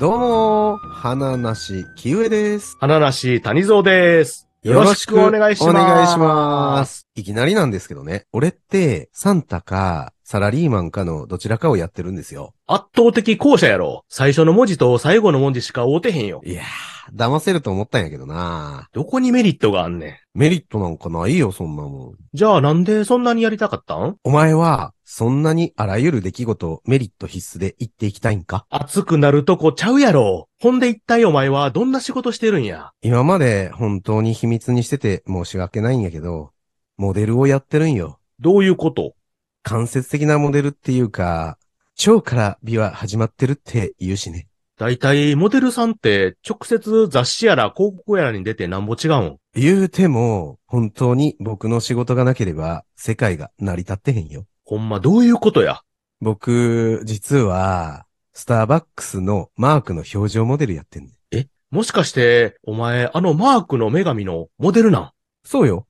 どうも、花なし、きうえです。花梨谷蔵です。よろしくお願いします。お願いします。いきなりなんですけどね、俺って、サンタか、サラリーマンかのどちらかをやってるんですよ。圧倒的後者やろ。最初の文字と最後の文字しか合うてへんよ。いやー、騙せると思ったんやけどなどこにメリットがあんねメリットなんかないよ、そんなもん。ん。じゃあなんでそんなにやりたかったんお前は、そんなにあらゆる出来事をメリット必須で言っていきたいんか熱くなるとこちゃうやろ。ほんで一体お前はどんな仕事してるんや。今まで本当に秘密にしてて申し訳ないんやけど、モデルをやってるんよ。どういうこと間接的なモデルっていうか、腸から美は始まってるって言うしね。だいたいモデルさんって直接雑誌やら広告やらに出てなんぼ違うん。言うても、本当に僕の仕事がなければ世界が成り立ってへんよ。ほんまどういうことや。僕、実は、スターバックスのマークの表情モデルやってんねん。もしかして、お前あのマークの女神のモデルなんそうよ。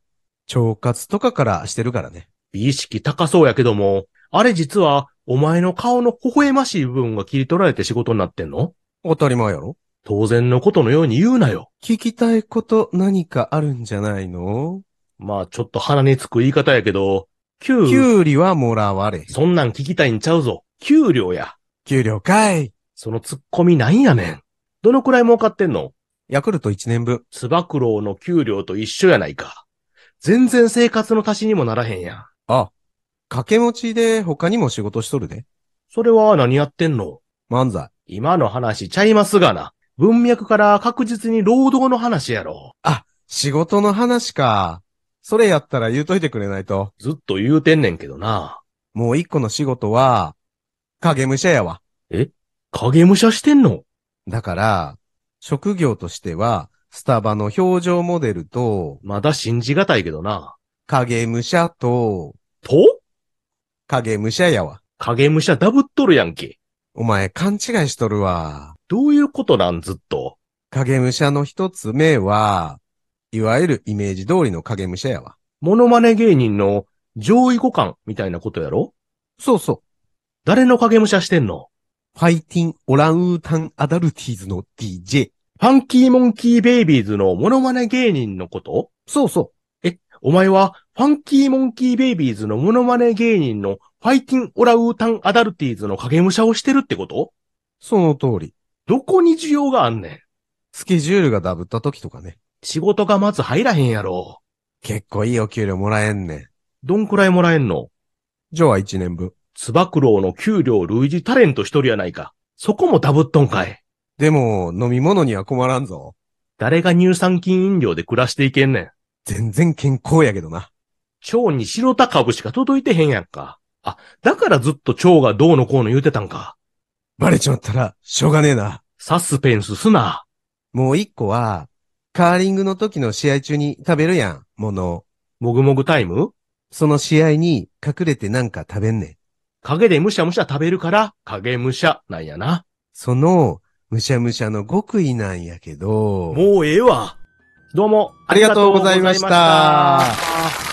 腸活とかからしてるからね。美意識高そうやけども、あれ実は、お前の顔の微笑ましい部分が切り取られて仕事になってんの当たり前やろ当然のことのように言うなよ。聞きたいこと何かあるんじゃないのまあちょっと鼻につく言い方やけど、給き料、ゅうりはもらわれへん。そんなん聞きたいんちゃうぞ。給料や。給料かいそのツッコミなんやねん。どのくらい儲かってんのヤクルト1年分。つば九郎の給料と一緒やないか。全然生活の足しにもならへんやん。あ、掛け持ちで他にも仕事しとるで。それは何やってんの漫才。今の話ちゃいますがな。文脈から確実に労働の話やろ。仕事の話か。それやったら言うといてくれないと。ずっと言うてんねんけどな。もう一個の仕事は、影武者やわ。影武者してんのだから、職業としては、スタバの表情モデルと、まだ信じがたいけどな。影武者と、と影武者やわ。影武者ダブっとるやんけ。お前勘違いしとるわ。どういうことなんずっと。影武者の一つ目は、いわゆるイメージ通りの影武者やわ。モノマネ芸人の上位互換みたいなことやろそうそう。誰の影武者してんのファイティン・オランウータン・アダルティーズの DJ。ファンキーモンキーベイビーズのモノマネ芸人のことそうそう。お前はファンキーモンキーベイビーズのモノマネ芸人のファイティンオラウータンアダルティーズの影武者をしてるってことその通り。どこに需要があんねん。スケジュールがダブった時とかね。仕事がまず入らへんやろ。結構いいお給料もらえんねん。どんくらいもらえんのジョーは1年分。つば九郎の給料類似タレント一人やないか。そこもダブっとんかい。でも、飲み物には困らんぞ。誰が乳酸菌飲料で暮らしていけんねん。全然健康やけどな。腸に白田株しか届いてへんやんか。あ、だからずっと腸がどうのこうの言うてたんか。バレちまったら、しょうがねえな。サスペンスすな。もう一個は、カーリングの時の試合中に食べるやん、ものを。もぐもぐタイムその試合に隠れてなんか食べんねん。影でむしゃむしゃ食べるから、影武者なんやな。その、むしゃむしゃの極意なんやけど。もうええわ。どうも、ありがとうございましたありがとうございました